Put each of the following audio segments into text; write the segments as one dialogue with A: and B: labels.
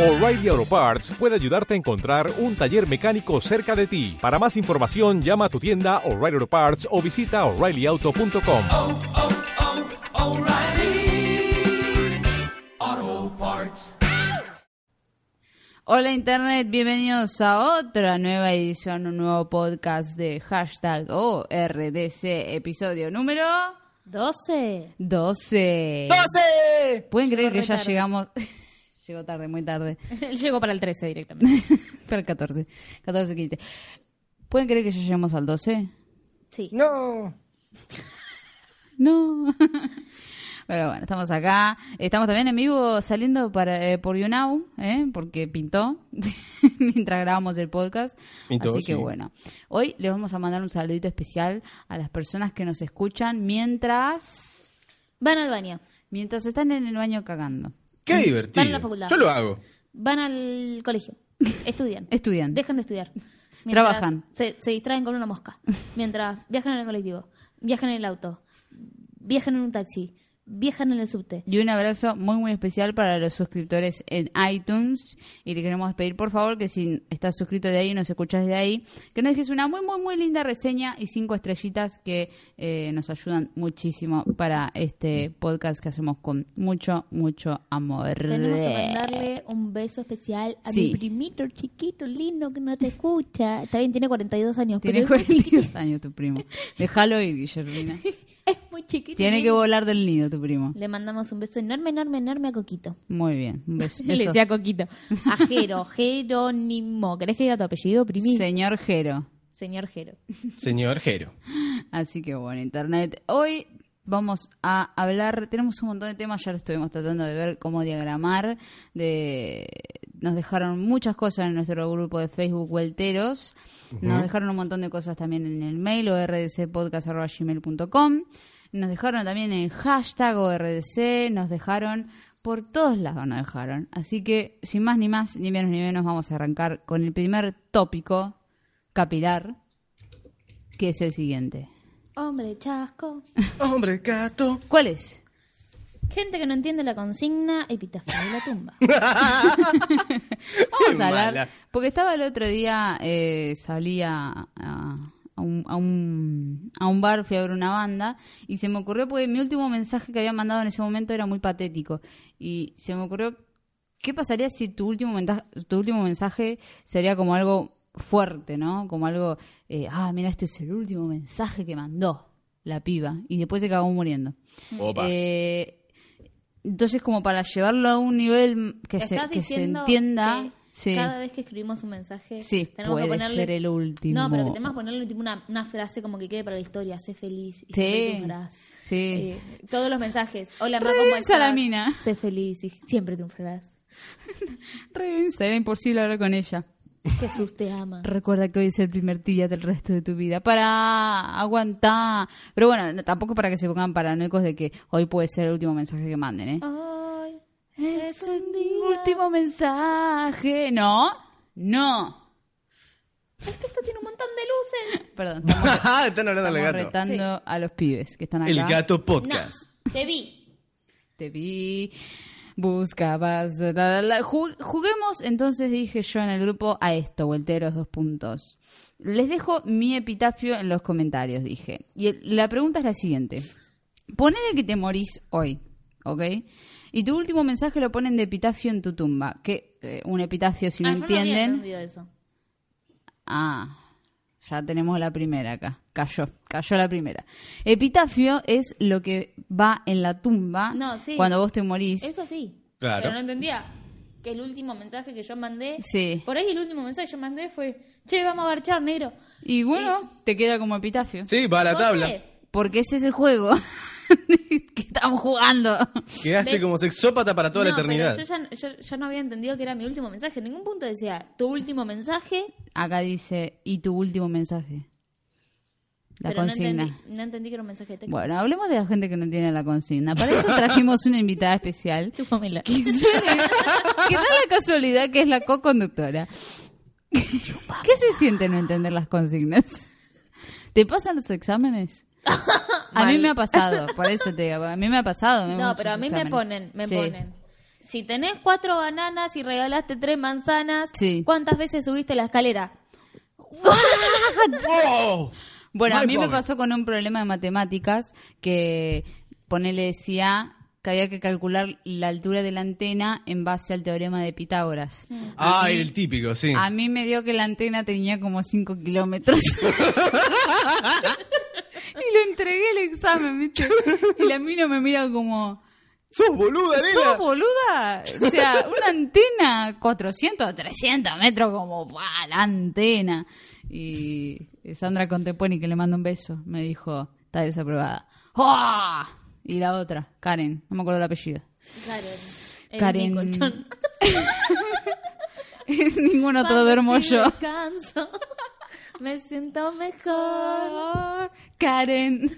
A: O'Reilly Auto Parts puede ayudarte a encontrar un taller mecánico cerca de ti. Para más información, llama a tu tienda O'Reilly Auto Parts o visita oreillyauto.com.
B: O'Reilly Auto Parts.
C: Hola Internet, bienvenidos a otra nueva edición, un nuevo podcast de hashtag ORDC, episodio número
D: 12.
C: 12.
E: ¡12!
C: ¿Pueden
D: Llegó
C: creer que
D: re
C: ya
D: tarde.
C: llegamos? Llegó tarde, muy tarde.
D: Él llegó para el 13 directamente.
C: Pero el 14, 14, 15. ¿Pueden creer que ya llegamos al 12?
D: Sí.
E: No.
C: No. Pero bueno, estamos acá. Estamos también en vivo saliendo para, eh, por YouNow, ¿eh? porque pintó mientras grabamos el podcast.
E: Pintó,
C: Así que
E: sí.
C: bueno, hoy les vamos a mandar un saludito especial a las personas que nos escuchan mientras
D: Van al baño.
C: mientras están en el baño cagando.
E: Qué
D: Van a
E: divertido.
D: la facultad.
E: Yo lo hago.
D: Van al colegio. Estudian.
C: Estudian.
D: Dejan de estudiar.
C: Trabajan.
D: Se, se distraen con una mosca. Mientras viajan en el colectivo. Viajan en el auto. Viajan en un taxi. Viajan en el subte.
C: Y un abrazo muy muy especial para los suscriptores en iTunes. Y le queremos pedir por favor que si estás suscrito de ahí, nos escuchas de ahí, que nos dejes una muy muy muy linda reseña y cinco estrellitas que eh, nos ayudan muchísimo para este podcast que hacemos con mucho mucho amor.
D: Tenemos que mandarle un beso especial a
C: Sí.
D: mi primito chiquito, lindo, que no te escucha. Está bien, tiene 42 años.
C: Tiene
D: pero es muy
C: 42 años tu primo. Déjalo ir, Guillermina.
D: chiquito. Es muy chiquito.
C: Tiene que
D: lindo.
C: volar del nido tu primo.
D: Le mandamos un beso enorme, enorme, enorme a Coquito.
C: Muy bien. Un beso.
D: Le
C: besos.
D: decía Coquito. A Jero, Jerónimo. ¿Querés que diga tu apellido, primi?
C: Señor Jero.
D: Señor Jero.
E: Señor Jero.
C: Así que bueno, Internet. Hoy vamos a hablar, tenemos un montón de temas, ya lo estuvimos tratando de ver cómo diagramar. De, nos dejaron muchas cosas en nuestro grupo de Facebook Vuelteros. Nos dejaron un montón de cosas también en el mail ordcpodcast.gmail.com. Nos dejaron también en hashtag ordc, nos dejaron por todos lados nos dejaron. Así que sin más ni más, ni menos ni menos, vamos a arrancar con el primer tópico capilar, que es el siguiente.
D: Hombre, chasco.
E: Hombre gato.
C: ¿Cuál es?
D: Gente que no entiende la consigna, epitafio de la tumba.
C: Vamos
E: Qué
C: a hablar.
E: mala.
C: Porque estaba el otro día, eh, salí a, a- a un, a, un, a un bar, fui a ver una banda, y se me ocurrió, porque mi último mensaje que había mandado en ese momento era muy patético, y se me ocurrió, ¿qué pasaría si tu último, menta- tu último mensaje sería como algo fuerte, ¿no? Como algo, eh, ah, mira, este es el último mensaje que mandó la piba, y después se acabó muriendo.
E: Opa.
C: Eh, entonces, como para llevarlo a un nivel que, se, que se entienda.
D: que
C: sí.
D: cada vez que escribimos un mensaje,
C: Sí,
D: tenemos
C: puede
D: que ponerle...
C: ser el último.
D: No, pero que tenemos que ponerle tipo una, una frase como que quede para la historia. Sé feliz y
C: Sí.
D: siempre triunfarás.
C: Sí.
D: Eh, todos los mensajes. Hola, ma,
C: Re
D: ¿cómo
C: densa la
D: estás?
C: mina.
D: Sé feliz y siempre triunfarás.
C: Re densa, era imposible hablar con ella.
D: Jesús te ama.
C: Recuerda que hoy es el primer día del resto de tu vida. Para aguantar. Pero bueno, no- tampoco para que se pongan paranoicos de que hoy puede ser el último mensaje que manden, ¿eh?
D: Ay,
C: Es un último mensaje. No, no.
D: esto tiene un montón de luces.
C: Perdón.
E: Ah, Están hablando del
C: Estamos
E: gato.
C: retando a los pibes que están acá.
E: El gato podcast.
D: No, te vi.
C: Te vi, buscabas. da, da, da. Ju- Juguemos, entonces dije yo en el grupo, a esto, vuelteros, dos puntos. Les dejo mi epitafio en los comentarios, dije. Y el- la pregunta es la siguiente. Ponele que te morís hoy, ¿ok? Y tu último mensaje lo ponen de epitafio en tu tumba. Que eh, un epitafio, si no
D: Ah, yo había
C: entienden.
D: entendido eso.
C: Ah, ya tenemos la primera acá. Cayó, cayó la primera. Epitafio es lo que va en la tumba
D: No, sí.
C: cuando vos te morís.
D: Eso sí.
E: Claro.
D: Pero no entendía que el último mensaje que yo mandé.
C: Sí.
D: Por ahí el último mensaje que yo mandé fue: Che, vamos a garchar, negro.
C: Y bueno, te queda como epitafio.
E: Sí, va a la
D: ¿Por
E: tabla.
D: qué?
C: Porque ese es el juego que estamos jugando.
E: Quedaste
D: ¿Ves?
E: como sexópata para toda
D: No,
E: la eternidad.
D: Pero yo, ya, yo ya no había entendido que era mi último mensaje. En ningún punto decía tu último mensaje.
C: Acá dice, ¿y tu último mensaje? La
D: pero
C: consigna.
D: No entendí, no entendí que era un mensaje de texto.
C: bueno, hablemos de la gente que no entiende la consigna. Para eso trajimos una invitada especial.
D: Chúpamela.
C: Que tiene- que da la casualidad que es la co-conductora. ¿Qué se siente no entender las consignas? ¿Te pasan los exámenes? A mí
D: Mal.
C: me ha pasado, por eso te digo, a mí me ha pasado. me han
D: No,
C: hecho
D: pero a mí me
C: exámenes.
D: ponen, me
C: Sí.
D: ponen. si tenés cuatro bananas y regalaste tres manzanas,
C: Sí.
D: ¿cuántas veces subiste la escalera?
E: ¡Oh!
C: Bueno, a
E: Mind
C: mí me
E: blowing.
C: pasó con un problema de matemáticas que ponele decía que había que calcular la altura de la antena en base al teorema de Pitágoras.
E: Ah, el típico, sí.
C: A mí me dio que la antena tenía como 5 kilómetros. y lo entregué el examen, ¿viste? Y la mina me mira como...
E: ¡Sos boluda,
C: ¿Sos
E: nena!
C: boluda? O sea, una antena 400, 300 metros como ¡buah, la antena. Y Sandra Conteponi, que le mando un beso, me dijo, está desaprobada. ¡Ah! Y la otra, Karen, no me acuerdo el apellido.
D: Karen.
C: Karen.
D: En mi colchón.
C: Ningún otro duermo
D: Cuando
C: yo.
D: estoy descanso, me siento mejor.
C: Karen.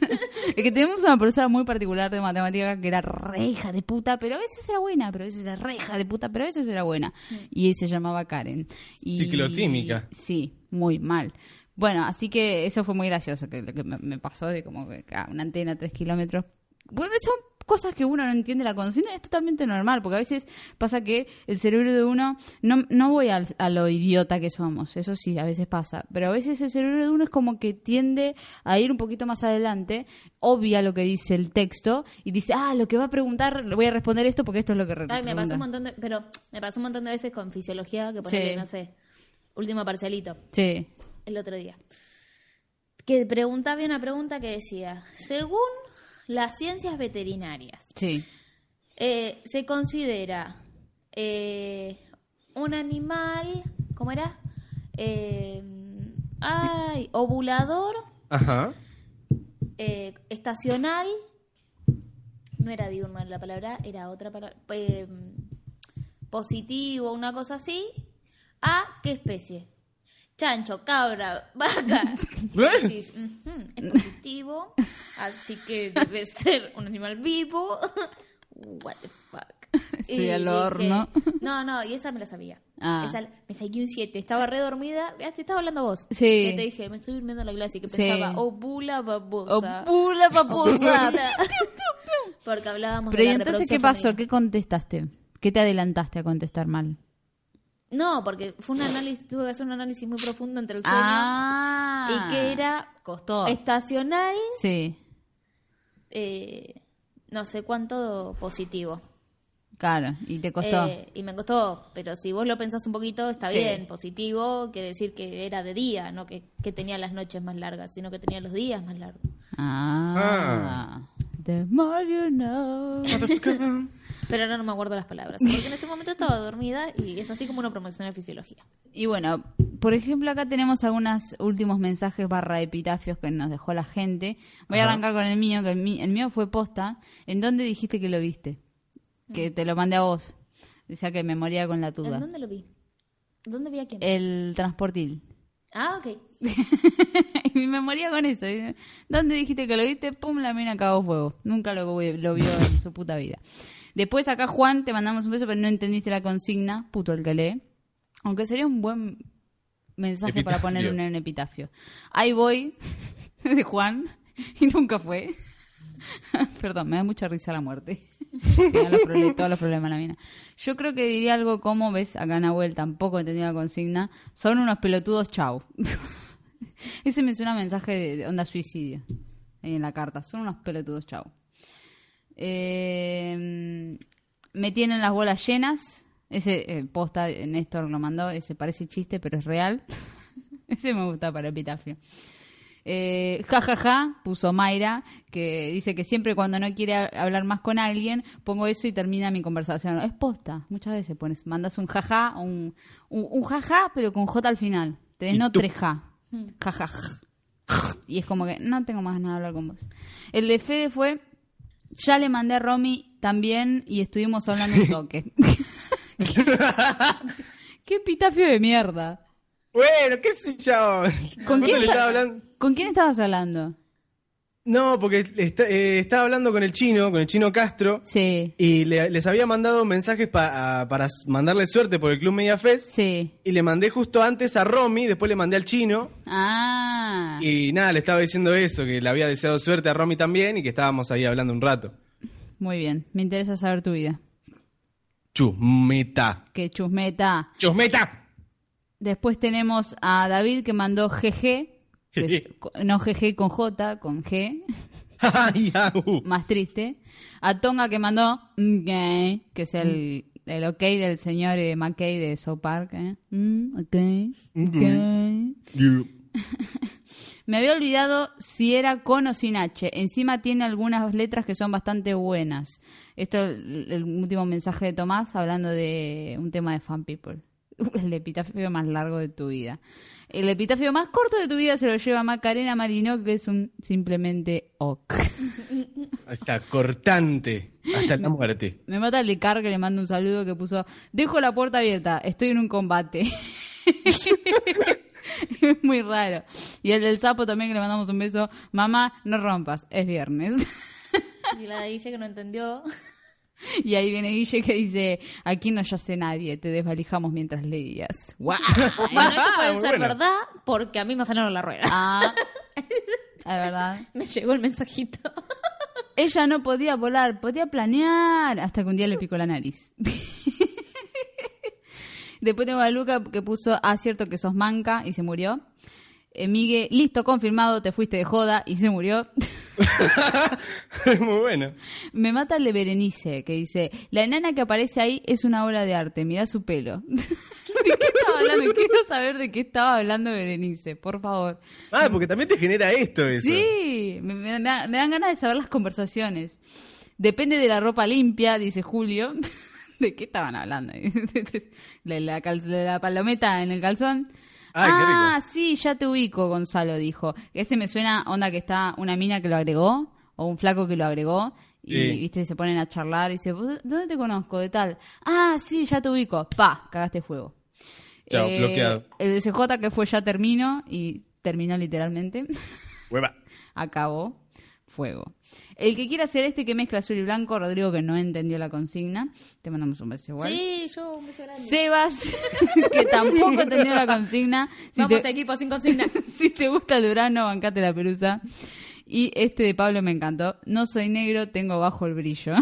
C: es que tenemos una profesora muy particular de matemática que era reja de puta, pero a veces era buena, pero a veces era reja de puta, pero a veces era buena. Y se llamaba Karen. Y-
E: Ciclotímica.
C: Sí, muy mal. Bueno, así que eso fue muy gracioso, que lo que me, me pasó de como que ah, una antena tres kilómetros. Bueno, son cosas que uno no entiende la conciencia, es totalmente normal, porque a veces pasa que el cerebro de uno, no, no voy al- a lo idiota que somos, eso sí, a veces pasa, pero a veces el cerebro de uno es como que tiende a ir un poquito más adelante, obvia lo que dice el texto y dice, ah, lo que va a preguntar, le voy a responder esto porque esto es lo que re-
D: Ay, me
C: pregunta".
D: pasó un montón de, pero me pasó un montón de veces con fisiología que ponele,
C: Sí.
D: no sé, último parcialito,
C: Sí,
D: el otro día. Que preguntaba había una pregunta que decía, según las ciencias veterinarias,
C: sí,
D: eh, se considera eh, un animal, ¿cómo era? Eh, ay, ovulador,
E: Ajá.
D: eh, estacional, no era diurno la palabra, era otra palabra, eh, positivo, una cosa así, a qué especie. Chancho, cabra, vaca.
C: ¿Eh?
D: Y decís, "Ujú, es positivo, así que debe ser un animal vivo. What the fuck.
C: Estoy
D: Y
C: al
D: dije,
C: horno.
D: No, no, y esa me la sabía.
C: Ah.
D: Esa- me saqué un 7, estaba re dormida. Ah, Te estaba hablando vos.
C: Sí.
D: Que te dije, me estoy durmiendo en la clase. Que
C: Sí.
D: pensaba, oh, bula babosa.
C: Opula papusa.
D: Porque hablábamos
C: Pero
D: de
C: ¿y
D: la
C: entonces qué
D: reproducción
C: pasó?
D: femenina.
C: ¿Qué contestaste? ¿Qué te adelantaste a contestar mal?
D: No, porque fue un análisis, tuve que hacer un análisis muy profundo entre el sueño
C: Ah.
D: y que era
C: Costó.
D: estacional,
C: Sí,
D: eh, no sé cuánto positivo.
C: claro. Y te costó.
D: Eh, y me costó, pero si vos lo pensás un poquito, está
C: Sí.
D: bien, positivo, quiere decir que era de día, no que, que tenía las noches más largas, sino que tenía los días más largos.
C: Ah. The more you know.
D: Pero ahora no me acuerdo las palabras, porque en ese momento estaba dormida y es así como una promoción de fisiología.
C: Y bueno, por ejemplo, acá tenemos algunos últimos mensajes barra epitafios que nos dejó la gente. Voy a arrancar con el mío, que el, mí- el mío fue posta. ¿En dónde dijiste que lo viste? Que te lo mandé a vos. Decía que me moría con la
D: Mm. ¿En
C: duda.
D: dónde lo vi? ¿Dónde vi a quién?
C: El transportil.
D: Ah, ok.
C: y me moría con eso. Y, ¿Dónde dijiste que lo viste? Pum, la mina cagó fuego. Nunca lo, vi- lo vio en su puta vida. Después acá, Juan, te mandamos un beso, pero no entendiste la consigna. Puto el que lee. Aunque sería un buen mensaje para
E: Epitafio.
C: poner en un epitafio. Ahí voy, de Juan, y nunca fue. Perdón, me da mucha risa la muerte. Tenía los prole- todos los problemas la mina. Yo creo que diría algo como, ves, acá Nahuel tampoco entendía la consigna. Son unos pelotudos, chau. Ese me suena a mensaje de, de onda suicidio ahí en la carta. Son unos pelotudos, chau. Eh, me tienen las bolas llenas. Ese eh, posta, eh, Néstor lo mandó. Ese parece chiste, pero es real. Ese me gusta para epitafio. Eh, ja, ja, ja, puso Mayra, que dice que siempre cuando no quiere ha- hablar más con alguien, pongo eso y termina mi conversación. Es posta, muchas veces pones, mandas un jaja, un, un, un jaja, pero con J al final. Tenés
E: Y
C: no
E: tú-
C: tres ja. Ja, ja, ja. Y es como que no tengo más nada de hablar con vos. El de Fede fue, ya le mandé a Romy también y estuvimos hablando un toque. Qué pitafio de mierda.
E: Bueno, qué sé yo.
C: ¿Con
E: ¿Vos
C: quién,
E: le
C: esta-
E: estaba hablando?
C: ¿Con quién estabas hablando?
E: No, porque está- eh, estaba hablando con el chino, con el chino Castro.
C: Sí,
E: Y le- les había mandado mensajes pa- a- para s- mandarle suerte por el Club Media Fest.
C: sí.
E: Y le mandé justo antes a Romy, después le mandé al chino.
C: Ah,
E: Y nada, le estaba diciendo eso, que le había deseado suerte a Romy también y que estábamos ahí hablando un rato.
C: muy bien. Me interesa saber tu vida.
E: Chusmeta.
C: que chusmeta.
E: ¡Chusmeta!
C: Después tenemos a David que mandó GG, que es- no GG con J, con G,
E: ¡Ay, au!
C: más triste. A Tonga que mandó "Mm, ok", que es el, el ok del señor eh, McKay de South Park. ¿eh? Mm, ok, ok. Me había olvidado si era con o sin H. Encima tiene algunas letras que son bastante buenas. Esto es el, el último mensaje de Tomás hablando de un tema de fan people. El epitafio más largo de tu vida. El epitafio más corto de tu vida se lo lleva Macarena Marino, que es un simplemente ok.
E: Ahí está, cortante. Hasta la muerte.
C: Me mata Lecar que le mando un saludo que puso, dejo la puerta abierta, estoy en un combate. es muy raro. Y el del sapo también que le mandamos un beso, mamá, no rompas, es viernes.
D: Y la de Guille que no entendió.
C: y ahí viene Guille que dice, aquí no yace nadie, te desvalijamos mientras leías. ¡Guau!
D: Bueno, eso puede
E: Muy
D: ser
E: buena.
D: verdad porque a mí me frenaron la rueda.
C: ah, la verdad.
D: Me llegó el mensajito.
C: Ella no podía volar, podía planear, hasta que un día le picó la nariz. Después tengo a Luca que puso, ah, cierto que sos manca y se murió. Eh, Migue, listo, confirmado, te fuiste de joda y se murió.
E: Muy bueno.
C: Me mata el de Berenice, que dice, la enana que aparece ahí es una obra de arte, mirá su pelo. ¿De qué estaba hablando? Quiero saber de qué estaba hablando Berenice, por favor.
E: Ah, porque también te genera esto, eso.
C: Sí, me, me- me da- me dan ganas de saber las conversaciones. Depende de la ropa limpia, dice Julio. ¿De qué estaban hablando? De la, cal- de la palometa en el calzón.
E: Ay, qué rico.
C: ah, sí, ya te ubico, Gonzalo dijo. Ese me suena onda que está una mina que lo agregó o un flaco que lo agregó. Y
E: Sí.
C: viste, se ponen a charlar y dice, "¿Vos ¿dónde te conozco? De tal. Ah, sí, ya te ubico. Pa, cagaste fuego.
E: Chao, bloqueado.
C: El de CJ que fue ya termino y terminó literalmente
E: Hueva.
C: acabó fuego. El que quiera hacer este que mezcla azul y blanco, Rodrigo que no entendió la consigna, te mandamos un beso igual.
D: Sí, yo un beso grande.
C: Sebas, que tampoco entendió la consigna. Si
D: Vamos,
C: te,
D: equipo, sin consigna.
C: si te gusta el Durano, bancate la pelusa. Y este de Pablo me encantó. No soy negro, tengo bajo el brillo.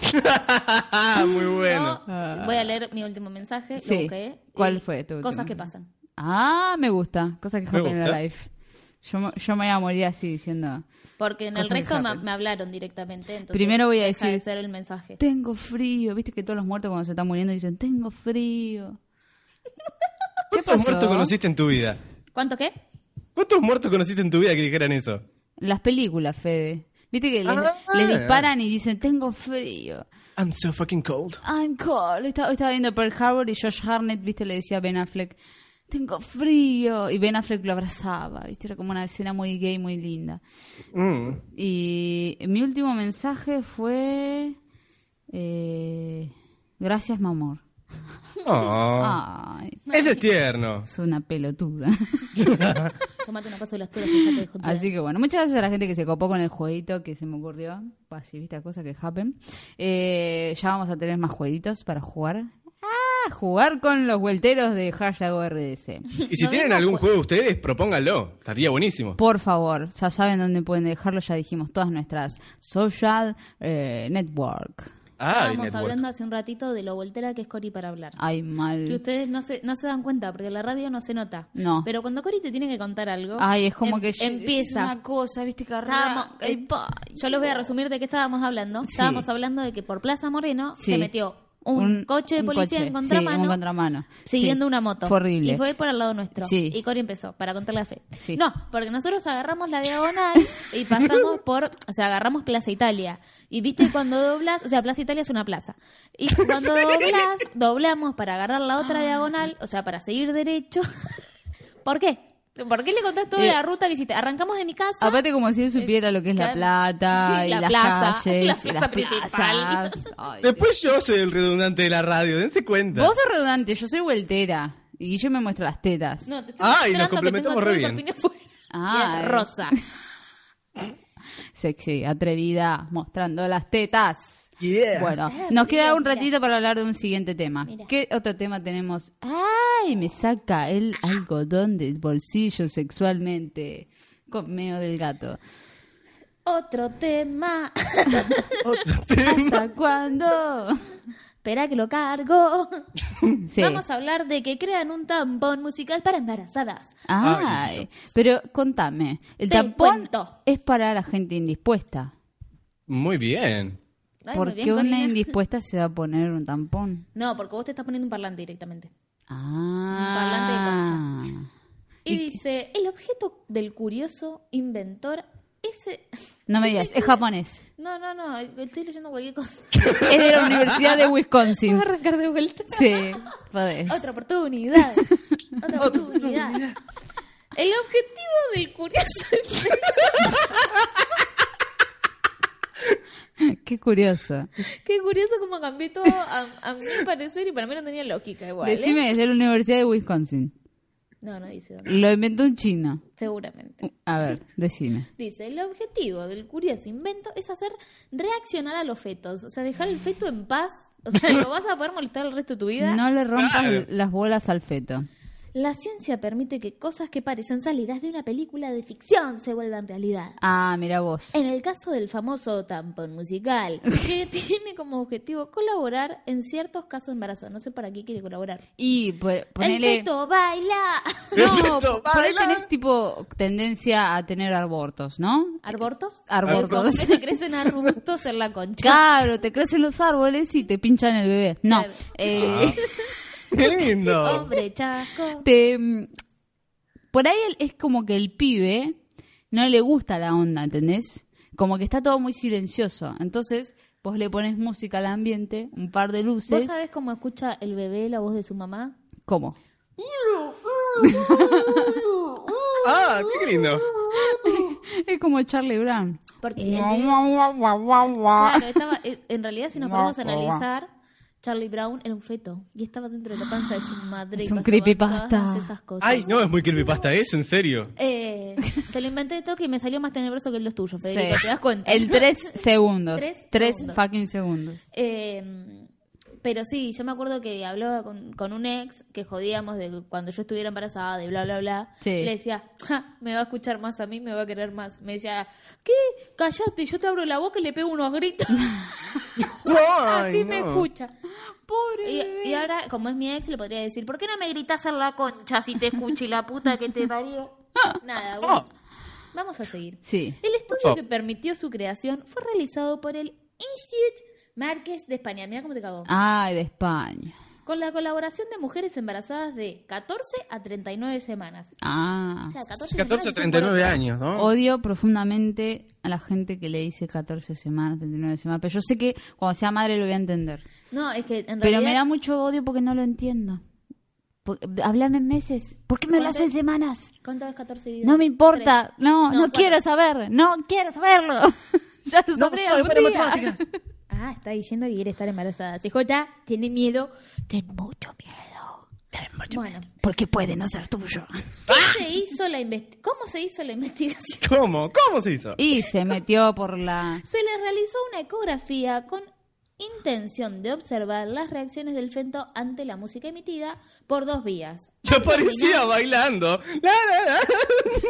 E: Ah, muy bueno.
D: Yo voy a leer mi último mensaje.
C: Sí.
D: Lo busqué.
C: ¿Cuál
D: Y
C: fue tu
D: Cosas
C: último?
D: que pasan.
C: Ah, me gusta. Cosa que
E: Me
C: happen in
E: gusta.
C: life. Yo, me- yo me voy a morir así diciendo,
D: Porque en
C: Cosas
D: el
C: que
D: resto me,
C: happen.
D: me hablaron directamente. entonces
C: Primero voy a
D: deja
C: decir-
D: de ser el mensaje.
C: tengo frío. Viste que todos los muertos cuando se están muriendo dicen, tengo frío. ¿Qué
E: ¿Cuántos
C: pasó?
E: muertos conociste en tu vida?
D: ¿Cuánto qué?
E: ¿Cuántos muertos conociste en tu vida que dijeran eso?
C: Las películas, Fede. Viste que les,
E: Ah.
C: les disparan y dicen, tengo frío.
E: I'm so fucking cold.
C: I'm cold. Esta- Hoy estaba viendo Pearl Harbor y Josh Harnett, viste, le decía a Ben Affleck, tengo frío. Y Ben Affleck lo abrazaba, viste, era como una escena muy gay, muy linda. Y mi último mensaje fue, eh, gracias, mamor.
E: Oh.
C: Ay,
E: Ese es tierno.
C: es una pelotuda.
D: Tómate una cosa de las tuyas y déjate de joder.
C: Así que bueno, muchas gracias a la gente que se copó con el jueguito que se me ocurrió. Así, viste, cosas que happen. Eh, ya vamos a tener más jueguitos para jugar. ¡Ah! Jugar con los vuelteros de hashtag RDC.
E: Y si tienen algún juego ustedes, propónganlo. Estaría buenísimo.
C: Por favor, ya saben dónde pueden dejarlo. Ya dijimos todas nuestras social eh, network.
E: Ah,
D: Estábamos
E: network.
D: hablando hace un ratito de lo voltera que es Cori para hablar.
C: Ay,
D: Que
C: mal.
D: ustedes no se, no se dan cuenta, porque la radio no se nota.
C: No.
D: Pero cuando Cori te tiene que contar algo.
C: Ay, es como
D: em-
C: que yo-
D: Empieza.
C: es una cosa, viste, que
D: Estábamos-
C: arranca, eh, el pa-
D: eh, yo los voy a resumir de qué estábamos hablando.
C: Sí.
D: Estábamos hablando de que por Plaza Moreno
C: Sí.
D: se metió un, coche de
C: un
D: policía
C: coche,
D: en
C: sí,
D: contramano.
C: en contramano. Sí.
D: Siguiendo una moto.
C: Fue horrible.
D: Y fue por al lado nuestro.
C: Sí.
D: Y Cori empezó, para contarle a Fe.
C: Sí.
D: No, porque nosotros agarramos la diagonal y pasamos por, o sea, agarramos Plaza Italia. Y viste cuando doblas, o sea, Plaza Italia es una plaza. Y cuando doblas, doblamos para agarrar la
C: Ah.
D: otra diagonal, o sea, para seguir derecho. ¿Por qué? ¿Por qué le contás toda
C: Eh,
D: la ruta que hiciste? Arrancamos de mi casa.
C: Aparte, como si él supiera lo que es la
D: Eh, claro.
C: plata
D: Sí,
C: y
D: la
C: las
D: plaza,
C: calles,
D: la
C: y
D: plaza
C: las
D: principal.
C: plazas. Ay,
E: Después yo soy el redundante de la radio, dense cuenta.
C: Vos sos redundante, yo soy vueltera. Y yo me muestro las tetas.
D: No, te estoy
E: Ay, nos
D: mostrando que
E: complementamos
D: tengo
E: re
D: todo el
E: bien.
D: corpiño afuera.
C: Ah,
D: Bien,
C: eh.
D: rosa.
C: Sexy, atrevida, mostrando las tetas. Bueno,
D: Ah,
C: nos queda un ratito para hablar de un siguiente tema. ¿Qué otro tema tenemos? Ay, me saca el algodón del bolsillo sexualmente. Con medio del gato.
D: Otro tema.
E: Otro tema.
C: ¿Hasta cuándo?
D: espera que lo cargo.
C: Sí.
D: Vamos a hablar de que crean un tampón musical para embarazadas.
C: Ah,
E: Ay,
C: pero contame, el
D: Te
C: tampón
D: cuento.
C: es para la gente indispuesta.
E: Muy bien.
D: Ay, muy
C: ¿Por
D: bien,
C: qué una
D: Corina.
C: indispuesta se va a poner un tampón?
D: No, porque vos te estás poniendo un parlante directamente.
C: Ah.
D: Y, dice, el objeto del curioso inventor, ese...
C: No me digas, es japonés.
D: No, no, no, estoy leyendo cualquier cosa.
C: Es de la Universidad de
D: Voy
C: Wisconsin.
D: a arrancar de vuelta.
C: Sí, podés.
D: Otra oportunidad. Otra oportunidad. El objetivo del curioso inventor...
C: Qué curioso.
D: Qué curioso cómo cambié todo a, a mi parecer y para mí no tenía lógica igual. ¿eh?
C: Decime, es de la Universidad de Wisconsin.
D: No, no dice dónde.
C: Lo inventó un chino.
D: Seguramente.
C: A ver, decime.
D: Dice, el objetivo del curioso invento es hacer reaccionar a los fetos, o sea, dejar el feto en paz, o sea, lo vas a poder molestar el resto de tu vida.
C: No le rompas
E: Claro.
C: las bolas al feto.
D: La ciencia permite que cosas que parecen salidas de una película de ficción se vuelvan realidad.
C: Ah, mira vos.
D: En el caso del famoso tampón musical, que tiene como objetivo colaborar en ciertos casos de embarazo. No sé para qué quiere colaborar.
C: Y po-
D: El
C: ponele...
D: feto baila.
C: No,
E: Perfecto,
C: por ahí
E: baila.
C: tenés tipo tendencia a tener abortos, ¿no?
D: ¿Arbortos?
C: Arbortos.
D: Que te crecen arbustos en la concha.
C: Claro, te crecen los árboles y te pinchan el bebé. No,
D: Claro.
C: eh,
E: Qué lindo.
D: Hombre, chasco.
C: te- este, por ahí el- es como que el pibe no le gusta la onda, ¿entendés? Como que está todo muy silencioso. Entonces, vos le pones música al ambiente, un par de
D: ¿Vos
C: luces.
D: sabés cómo escucha el bebé la voz de su mamá?
C: ¿Cómo?
E: Ah, qué lindo.
C: Es como Charlie Brown.
D: Porque
C: Eh,
D: el bebé- Eh, Claro, estaba, eh, en realidad si nos
C: Guau,
D: podemos
C: guau, guau.
D: analizar, Charlie Brown era un feto y estaba dentro de la panza de su madre. y
C: Es un
D: pasaban
C: creepypasta.
D: todas esas cosas.
E: Ay, no, es muy creepypasta eso, en serio.
D: Eh, te lo inventé de toque y me salió más tenebroso que el los tuyos,
C: Sí.
D: Federico, ¿te das cuenta?
C: En tres segundos.
D: Tres
C: Tres,
D: segundos.
C: fucking segundos.
D: Eh, pero sí, yo me acuerdo que hablaba con, con un ex que jodíamos de que cuando yo estuviera embarazada, de bla, bla, bla.
C: Sí.
D: Y Le decía, "Ja, me va a escuchar más a mí, me va a querer más. Me decía, ¿qué? Callate, yo te abro la boca y le pego unos gritos. Así
E: Ay,
D: me
E: no.
D: escucha.
C: Pobre.
D: Y, y ahora, como es mi ex, le podría decir, ¿por qué no me gritas en la concha si te escucho y la puta que te parió? Nada, bueno. Vamos a seguir.
C: Sí.
D: El
E: favor.
D: estudio que permitió su creación fue realizado por el Institut Márquez de España. Mira cómo te cagó.
C: Ay, Ah, de España.
D: Con la colaboración de mujeres embarazadas de 14 a 39 semanas.
C: Ah.
D: O sea, 14,
E: 14 a
D: semanas es un
E: 39
D: montón.
E: años, ¿no?
C: Odio profundamente a la gente que le dice 14 semanas, 39 semanas. Pero yo sé que cuando sea madre lo voy a entender.
D: No, es que en realidad...
C: Pero me da mucho odio porque no lo entiendo. Por- Hablame en meses. ¿Por qué me hablas en
D: ¿Cuánto?
C: semanas?
D: ¿Cuánto es 14 días?
C: No me importa.
D: Tres.
C: No, no,
D: cuatro.
C: quiero saber. No quiero saberlo. ya lo sabré algún día.
D: Ah, está diciendo que quiere estar embarazada. CJ, tiene miedo. Ten mucho miedo. bueno,
C: Porque puede no ser tuyo.
D: ¿qué se hizo la investi- ¿cómo se hizo la investigación?
E: ¿Cómo? ¿Cómo se hizo?
C: Y se metió por la...
D: Se le realizó una ecografía con intención de observar las reacciones del feto ante la música emitida por dos vías.
E: Yo parecía bailando. La, la, la.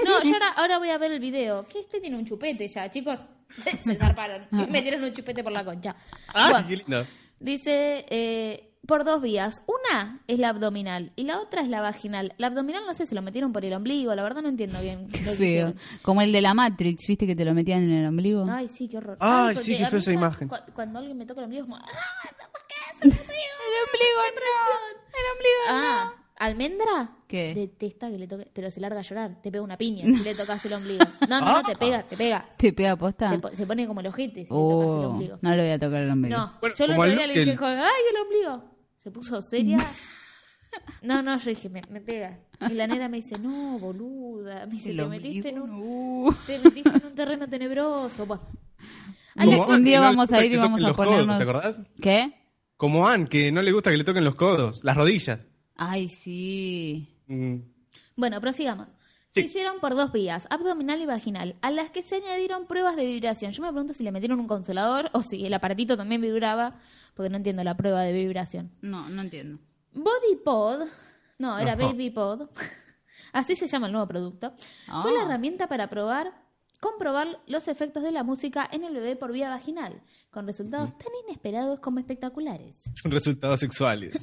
D: No, yo ahora, ahora voy a ver el video. Que este tiene un chupete ya, chicos. Se, se zarparon.
C: Ah.
D: Me tiraron un chupete por la concha.
E: Ay,
D: Bueno,
E: qué lindo.
D: dice eh, por dos vías. Una es la abdominal y la otra es la vaginal. La abdominal no sé, se lo metieron por el ombligo. La verdad no entiendo bien. lo que
C: Qué feo.
D: hicieron.
C: Como el de la Matrix, ¿viste que te lo metían en el ombligo?
D: Ay, sí, qué horror.
E: Ay,
D: porque
E: sí, qué
D: a mí
E: fea esa
D: ya
E: imagen.
D: cu- cuando alguien me toca el ombligo es como... ¡Ah!
C: El ombligo no. El ombligo
D: Ah, almendra.
C: ¿Qué?
D: Detesta que le toque, pero se larga a llorar, te pega una piña si le tocas el ombligo. No, no, no,
E: Ah.
D: te pega, te pega.
C: ¿Te pega posta?
D: Se, po- se pone como el ojete si le tocas el
C: Oh,
D: ombligo.
C: no le voy a tocar el ombligo.
D: No,
E: Bueno,
D: yo el
E: como
D: otro
E: al
D: día le
E: que
D: dije,
E: el-
D: joder, ay, el ombligo. Se puso seria. No, no, yo dije, me, me pega. Y la nena me dice, no, boluda. Me dice,
C: El
D: te
C: ombligo,
D: metiste, en un,
C: no.
D: te metiste en un terreno tenebroso. Bueno. Ay,
E: Como-
D: la-
C: Un día
E: no le
C: vamos a
E: gusta
C: ir y
E: que
C: vamos
E: toquen
C: a
E: los codos,
C: ponernos...
E: ¿te acordás?
C: ¿Qué?
E: Como Ann, que no le gusta que le toquen los codos, las rodillas.
C: Ay, sí.
E: Mm.
D: Bueno, prosigamos. Se hicieron por dos vías, abdominal y vaginal, a las que se añadieron pruebas de vibración. Yo me pregunto si le metieron un consolador o si el aparatito también vibraba, porque no entiendo la prueba de vibración.
C: No, no entiendo.
D: Bodypod, no, era
E: Ajá.
D: Babypod, así se llama el nuevo producto,
C: Ah.
D: fue la herramienta para probar comprobar los efectos de la música en el bebé por vía vaginal, con resultados tan inesperados como espectaculares.
E: Resultados sexuales.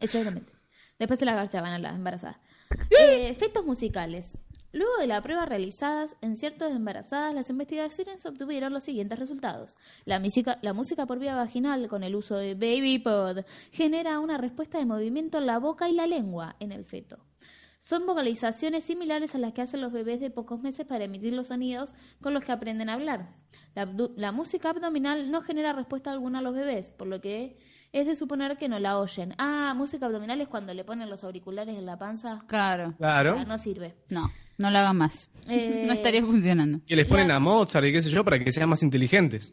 D: Exactamente. Después se la agachaban a las embarazadas. Eh, efectos musicales. Luego de la prueba realizadas en ciertas embarazadas, las investigaciones obtuvieron los siguientes resultados. La música, la música por vía vaginal con el uso de Baby Pod genera una respuesta de movimiento en la boca y la lengua en el feto. Son vocalizaciones similares a las que hacen los bebés de pocos meses para emitir los sonidos con los que aprenden a hablar. La, abdu- la música abdominal no genera respuesta alguna a los bebés, por lo que es de suponer que no la oyen. Ah, música abdominal es cuando le ponen los auriculares en la panza.
C: Claro.
D: Ah,
E: Claro.
D: no sirve.
C: No, no lo hagas más.
D: Eh,
C: No estaría funcionando.
E: Que les ponen a Mozart y qué sé yo para que sean más inteligentes.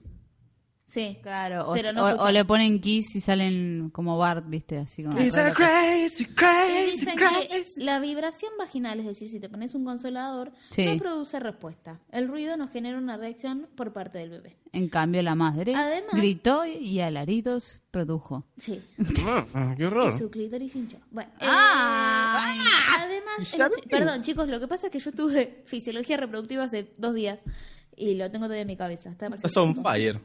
D: Sí.
C: Claro, o,
D: Pero no
C: o-
D: escuchan.
C: o le ponen Kiss y salen como Bart, ¿viste? Así como.
E: It's a crazy,
D: Y
E: crazy,
D: Ah, dicen que
E: crazy.
D: la vibración vaginal, es decir, si te pones un consolador,
C: Sí.
D: no produce respuesta. El ruido no genera una reacción por parte del bebé.
C: En cambio, la madre
D: Además-
C: gritó y alaridos produjo.
D: Sí.
E: Ah, qué
D: Y su clítoris hinchó. Bueno, eh,
C: ¡Ah!
D: además, escuché- perdón chicos, lo que pasa es que yo estuve fisiología reproductiva hace dos días y lo tengo todavía en mi cabeza. Está
E: Estás on fire.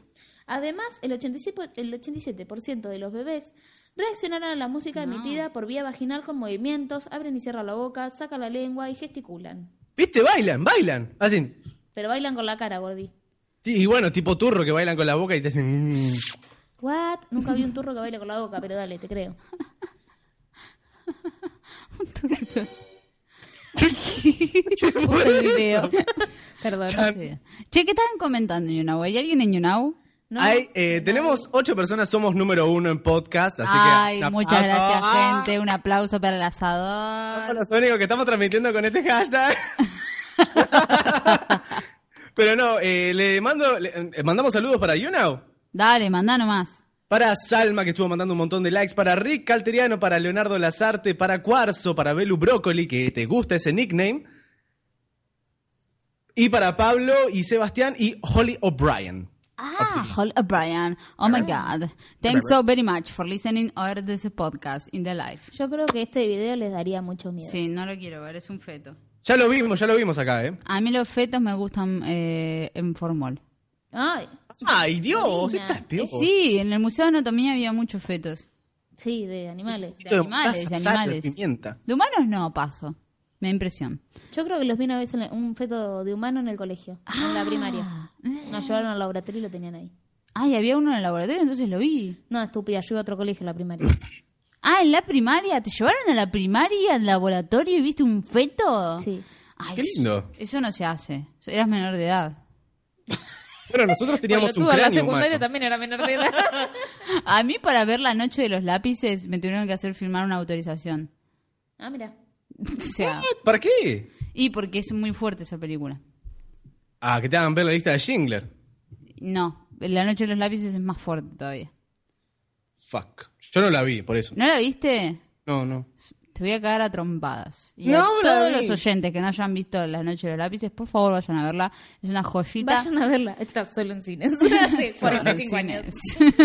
D: Además, el 87%, el 87% de los bebés reaccionaron a la música emitida por vía vaginal con movimientos, abren y cierran la boca, sacan la lengua y gesticulan.
E: ¿Viste? Bailan, bailan. Hacen.
D: Pero bailan con la cara, Gordi.
E: Y bueno, tipo turro que bailan con la boca y te hacen. mm.
D: What? Nunca vi un turro que baile con la boca, pero dale, te creo.
C: Puso el video.
D: Perdón.
E: Chan.
C: Che, ¿qué estaban comentando en Yunau? ¿Hay alguien en Yunau?
D: No,
E: Hay, eh, tenemos ocho personas, somos número uno en podcast, así
C: Ay,
E: que. un
C: muchas
E: aplauso.
C: gracias,
E: Ah,
C: gente. Un aplauso para el
E: Son
C: asador.
E: los únicos que estamos transmitiendo con este hashtag. Pero no, eh, le mando, le- eh, mandamos saludos para YouNow,
C: Dale, mandá nomás.
E: para Salma, que estuvo mandando un montón de likes, para Rick Calteriano, para Leonardo Lazarte, para Cuarzo, para Belu Brócoli, que te gusta ese nickname, y para Pablo y Sebastián y Holly O'Brien.
C: Ah, Hol Brian. Oh my God. Thanks so very much for listening or this podcast in the live.
D: Yo creo que este video les daría mucho miedo.
C: Sí, no lo quiero ver, es un feto.
E: Ya lo vimos, ya lo vimos acá, ¿eh?
C: A mí los fetos me gustan eh, en formol. Eh,
D: Ay,
E: ¡Ay, Dios!
D: Marina.
E: ¡Estás peor!
C: Sí, en el Museo de Anatomía había muchos fetos.
D: sí, de animales.
C: de animales,
E: Mostaza,
C: de
E: sal,
C: animales.
E: pimienta.
C: De humanos no paso. Me da impresión.
D: Yo creo que los vi una vez en la- un feto de humano en el colegio, en la primaria. Nos llevaron al laboratorio y lo tenían ahí.
C: Ay, había uno en el laboratorio, entonces lo vi.
D: No, estúpida, yo iba a otro colegio en la primaria.
C: Ah, en la primaria. ¿Te llevaron a la primaria, al laboratorio y viste un feto?
D: Sí.
C: Ay,
E: Qué lindo.
C: Eso no se hace. Eras menor de edad.
E: Bueno, nosotros teníamos un
D: Pelotuda, la
E: cráneo
D: secundaria
E: humano.
D: también era menor de edad.
C: A mí para ver la noche de los lápices me tuvieron que hacer firmar una autorización.
D: ah, mira.
C: O sea,
E: ¿Para qué?
C: y porque es muy fuerte esa película.
E: Ah, que te hagan ver la lista de Schindler.
C: No, la noche de los lápices es más fuerte todavía.
E: Fuck. Yo no la vi, por eso.
C: ¿No la viste?
E: No, no.
C: Te voy a cagar a trompadas. Y
E: No la
C: a todos
E: vi.
C: los oyentes que no hayan visto La Noche de los Lápices, por favor vayan a verla. Es una joyita.
D: Vayan a verla. Está solo en cines. Hace 45 años.
C: Cines.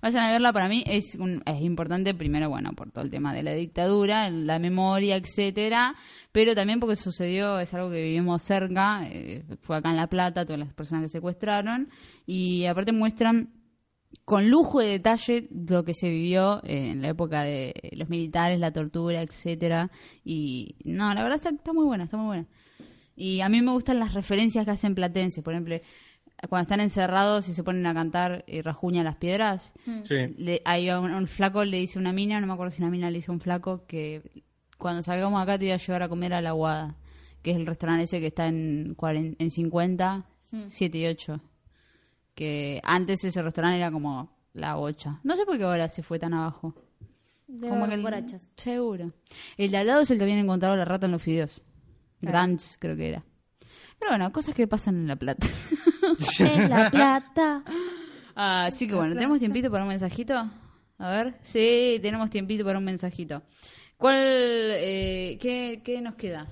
C: vayan a verla. Para mí es, un- es importante, primero, bueno, por todo el tema de la dictadura, la memoria, etcétera, pero también porque sucedió, es algo que vivimos cerca, eh, fue acá en La Plata, todas las personas que secuestraron, y aparte muestran con lujo de detalle lo que se vivió eh, en la época de los militares, la tortura, etcétera. Y no, la verdad está, está muy buena, está muy buena. Y a mí me gustan las referencias que hacen platenses, por ejemplo, cuando están encerrados y se ponen a cantar y rajuñan las piedras.
E: Sí.
C: Le, hay un, un flaco le dice a una mina, no me acuerdo si una mina le dice a un flaco que cuando salgamos acá te voy a llevar a comer a la Guada, que es el restaurante ese que está en, cuaren- en 50, 7 y 8. Que antes ese restaurante era como la bocha. No sé por qué ahora se fue tan abajo.
D: Como
C: que el-
D: borrachas.
C: Seguro. El de al lado es el que habían encontrado la rata en los fideos. Grants, creo que era. Pero bueno, cosas que pasan en La Plata.
D: Es la plata.
C: Así que bueno, ¿tenemos tiempito para un mensajito? A ver, sí, tenemos tiempito para un mensajito. ¿Cuál, eh, qué, qué nos queda?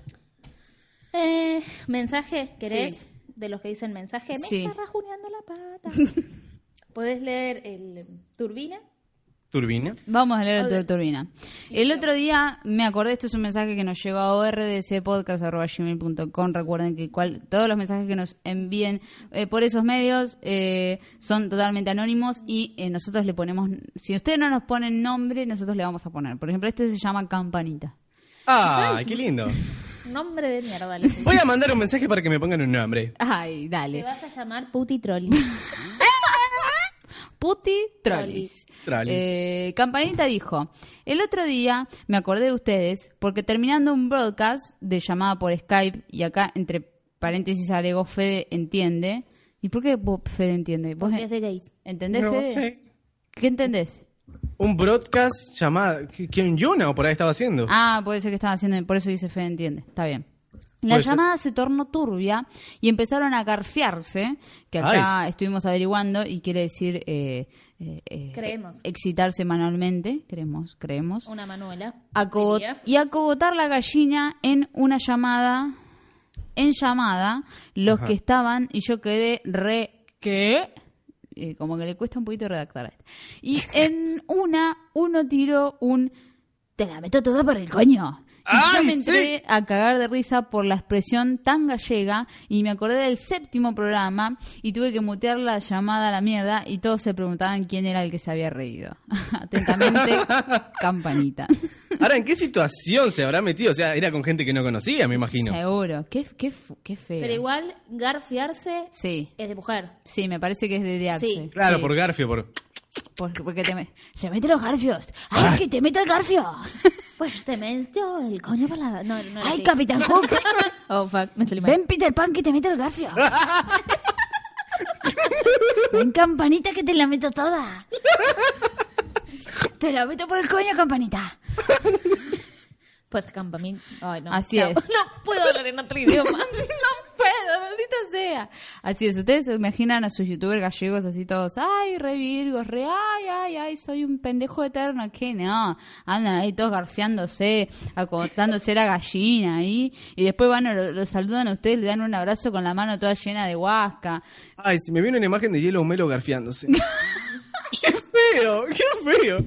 D: Eh, mensaje, ¿querés?
C: Sí.
D: De los que dicen mensaje. Me
C: Sí.
D: está rajuneando la pata. Podés leer el eh, Turbina.
E: Turbina.
C: Vamos a leer el
D: Hola.
C: de Turbina. El otro día me acordé, esto es un mensaje que nos llegó a ordcpodcast.com. Recuerden que cual- todos los mensajes que nos envíen eh, por esos medios eh, son totalmente anónimos y eh, nosotros le ponemos, si ustedes no nos ponen nombre, nosotros le vamos a poner. Por ejemplo, este se llama Campanita.
E: ¡Ah, qué lindo!
D: Nombre de mierda, le puse.
E: Voy a mandar un mensaje para que me pongan un nombre.
C: Ay,
D: Te
C: dale.
D: vas a llamar Puti Troll.
C: Puti Trollis.
E: Trollis.
C: Eh, Campanita dijo, el otro día me acordé de ustedes porque terminando un broadcast de llamada por Skype, y acá entre paréntesis agregó Fede entiende. ¿Y por qué vos, Fede entiende? ¿Vos
D: Desde gays.
C: entendés,
E: No
C: Fede?
E: sé.
C: ¿Qué entendés?
E: Un broadcast llamado. ¿Quién Yuna o por ahí estaba haciendo?
C: Ah, puede ser que estaba haciendo, por eso dice Fede entiende. Está bien. La
E: Puede ser.
C: llamada se tornó turbia y empezaron a garfiarse, que acá estuvimos averiguando y quiere decir eh, eh, eh,
D: Creemos.
C: excitarse manualmente, creemos, creemos,
D: Una Manuela.
C: Acogo-
D: diría.
C: y acogotar la gallina en una llamada, en llamada, los que estaban y yo quedé re ¿qué? Eh, como que le cuesta un poquito redactar a este. Y en una, uno tiró un te la meto toda por el coño. Y yo
E: ¡Ay,
C: me entré a cagar de risa por la expresión tan gallega y me acordé del séptimo programa y tuve que mutear la llamada a la mierda y todos se preguntaban quién era el que se había reído. Atentamente, campanita.
E: Ahora, ¿en qué situación se habrá metido? O sea, era con gente que no conocía, me imagino.
C: Seguro. Qué, qué, fu- qué feo.
D: Pero igual, garfiarse
C: Sí.
D: es de mujer.
C: Sí, me parece que es de dearse.
D: Sí.
E: Claro,
C: Sí.
E: por Garfio, por.
C: Porque, porque te me- ¡Se mete los garfios! ¡Ay, que te mete el garfio!
D: Pues te metió el coño para la... No, no era
C: ¡Ay,
D: así.
C: Capitán Hook!
D: Oh, fuck, me salí mal.
C: ¡Ven, Peter Pan, que te mete el garfio! ¡Ven, Campanita, que te la meto toda! ¡Te la meto por el coño, Campanita!
D: Pues campamín. Ay, no.
C: Así
D: Chao.
C: es.
D: No puedo hablar en otro idioma.
C: no puedo, maldita sea. Así es, ustedes se imaginan a sus youtubers gallegos así todos, ay, re virgos, re, ay, ay, ay, soy un pendejo eterno, que no, andan ahí todos garfiándose, acostándose la gallina ahí, y después van, lo, lo saludan a ustedes, le dan un abrazo con la mano toda llena de huasca.
E: Ay, se me viene una imagen de hielo Melo garfiándose. ¡Qué feo! ¡Qué feo!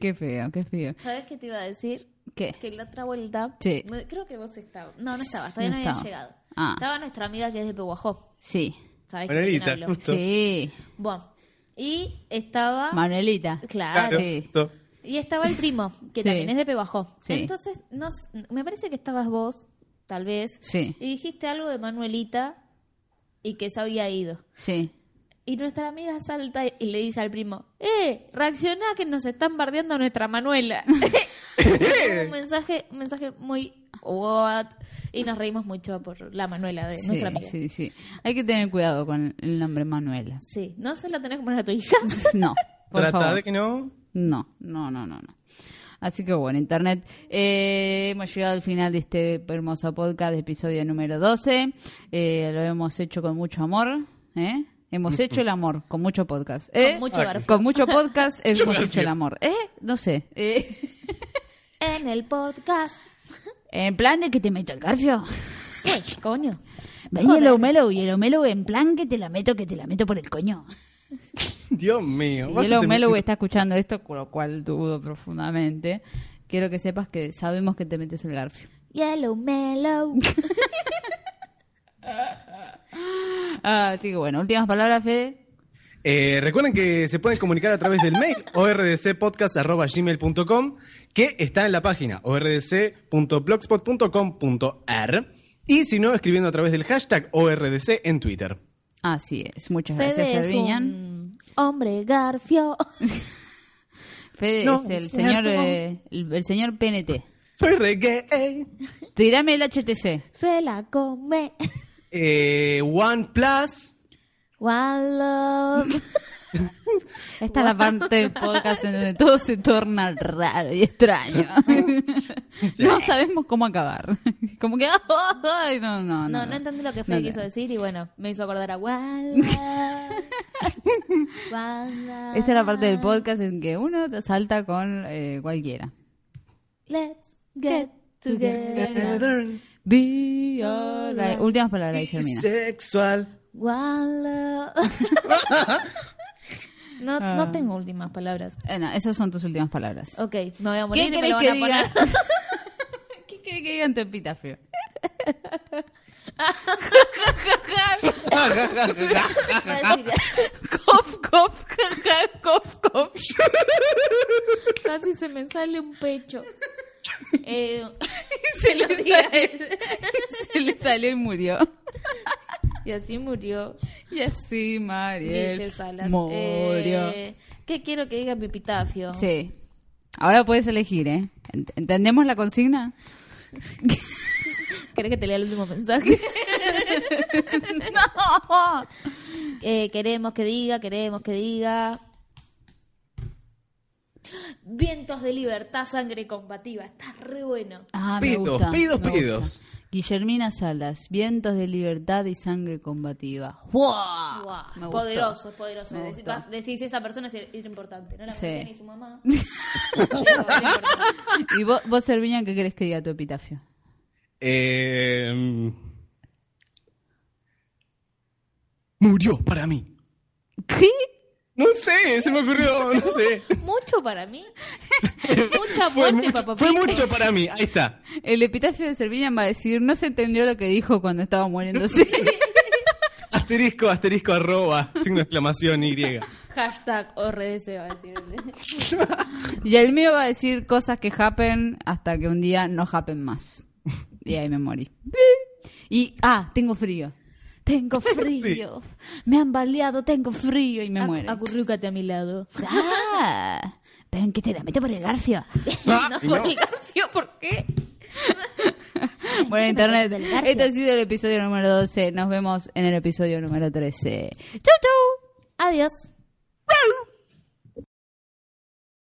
C: Qué feo, qué feo.
D: ¿Sabes qué te iba a decir?
C: ¿Qué?
D: Que la otra vuelta...
C: Sí.
D: no, Creo que vos estabas. No, no estabas. Todavía no,
C: No
D: había
C: estaba.
D: llegado.
C: Ah.
D: Estaba nuestra amiga que es de Peguajó.
C: Sí,
D: ¿Sabes de quién
E: Manuelita,
D: hablo?
E: justo.
C: sí,
D: Bueno. Y estaba...
C: Manuelita.
D: Claro.
E: Claro,
C: sí.
E: justo.
D: Y estaba el primo, que
C: Sí.
D: también es de Pebajó.
C: Sí.
D: Entonces, no s- me parece que estabas vos, tal vez,
C: Sí.
D: y dijiste algo de Manuelita y que se había ido.
C: Sí.
D: Y nuestra amiga salta y le dice al primo, ¡eh! Reacciona que nos están bardeando a nuestra Manuela. un mensaje, un mensaje muy what. Y nos reímos mucho por la Manuela de
C: Sí,
D: nuestra amiga. Sí.
C: sí, sí. Hay que tener cuidado con el nombre Manuela.
D: no se la tenés que poner a tu hija.
C: No. Por
E: Trata
C: favor.
E: de que no.
C: No, no, no, no, no. Así que bueno, Internet, eh, hemos llegado al final de este hermoso podcast, episodio número 12. Eh, lo hemos hecho con mucho amor. ¿eh? Hemos hecho el amor con mucho podcast. ¿eh?
D: Con mucho garfio.
C: Con mucho podcast hemos hecho el amor. ¿eh? No sé. ¿eh?
D: en el podcast.
C: En plan de que te meto el garfio.
D: Uy, coño.
C: Ven
D: Joder.
C: Yellow Mellow, Yellow Mellow, en plan que te la meto, que te la meto por el coño.
E: Dios mío.
C: Si
E: vas a
C: Yellow
E: tener-
C: Mellow está escuchando esto, con lo cual dudo profundamente, quiero que sepas que sabemos que te metes el garfio.
D: Yellow Mellow.
C: Ah, Así que bueno, últimas palabras, Fede.
E: Eh, recuerden que se pueden comunicar a través del mail ordcpodcast.gmail.com que está en la página ordc.blogspot.com.ar y si no, escribiendo a través del hashtag ordc en Twitter.
C: Así Ah, es, muchas gracias,
D: Fede es
C: Serviñan.
D: un hombre garfio.
C: Fede
E: No,
C: es el
E: es
C: señor,
E: cierto.
C: eh, el, el señor PNT.
E: Soy reggae.
C: Tirame el HTC.
D: Se la come.
E: Eh, One Plus.
D: One love.
C: Esta es la parte del podcast en donde todo se torna raro y extraño. No sabemos cómo acabar. Como que, ay, no, no, no.
D: No, no entendí lo que Fede
C: No, no.
D: quiso decir y bueno, me hizo acordar a One love. One love.
C: Esta es la parte del podcast en que uno te salta con eh, cualquiera.
D: Let's get together.
C: Be
D: Ah,
C: alright. Últimas palabras, Germina.
E: Sexual.
D: One love. No,
C: Ah.
D: no tengo últimas palabras.
C: Eh, no, esas son tus últimas palabras.
D: Ok, me voy a
C: ¿Qué
D: morir y me
C: querés
D: lo van
C: que
D: a poner.
C: diga? ¿Qué querés que diga en tu epitafio? Cof, cof, jaja, cof, cof.
D: Casi se me sale un pecho. Eh,
C: Se le salió, se le salió y murió.
D: y así murió
C: Y así,
D: Guille
C: Mariel.
D: Salas.
C: Murió.
D: Eh, ¿Qué quiero que diga mi epitafio?
C: Sí. Ahora puedes elegir, ¿eh? Ent- ¿Entendemos la consigna?
D: ¿Querés que te lea el último mensaje?
C: ¡No!
D: Eh, queremos que diga, queremos que diga. Vientos de libertad, sangre combativa. Está re bueno.
C: Ah, me
E: Pidos,
C: gusta,
E: pidos,
C: me gusta.
E: pidos.
C: Guillermina Salas, vientos de libertad y sangre combativa. ¡Guau!
D: Guau,
C: Me gustó.
D: poderoso, es poderoso.
C: Me
D: Decí-
C: gustó.
D: va- Decís, esa persona es era importante. No la
C: Sí.
D: conocía ni su mamá. Era re importante.
C: ¿Y vos, vos Serviña, qué querés que diga tu epitafio?
E: Eh, murió para mí.
C: ¿Qué?
E: No sé, se me ocurrió, no sé.
D: Mucho para mí. Mucha
E: Fue
D: muerte,
E: mucho,
D: papá.
E: fue
D: Pipe.
E: mucho para mí, ahí está.
C: El epitafio de Serviña va a decir, no se entendió lo que dijo cuando estaba muriéndose.
E: Asterisco, asterisco, arroba, signo de exclamación Y.
D: Hashtag ORDC va a decir.
C: y el mío va a decir cosas que happen hasta que un día no happen más. Y ahí me morí. Y, ah, tengo frío. Tengo frío. Me han baleado, tengo frío y me
D: Ac-
C: muero.
D: Acurrúcate a mi lado.
C: ¡Ah! Ven que te la meto por el garfio.
D: no, por el garfio, ¿por qué?
C: Bueno, internet.
D: Del garfio.
C: Este ha sido el episodio número 12. Nos vemos en el episodio número 13. ¡Chau, chau!
D: Adiós.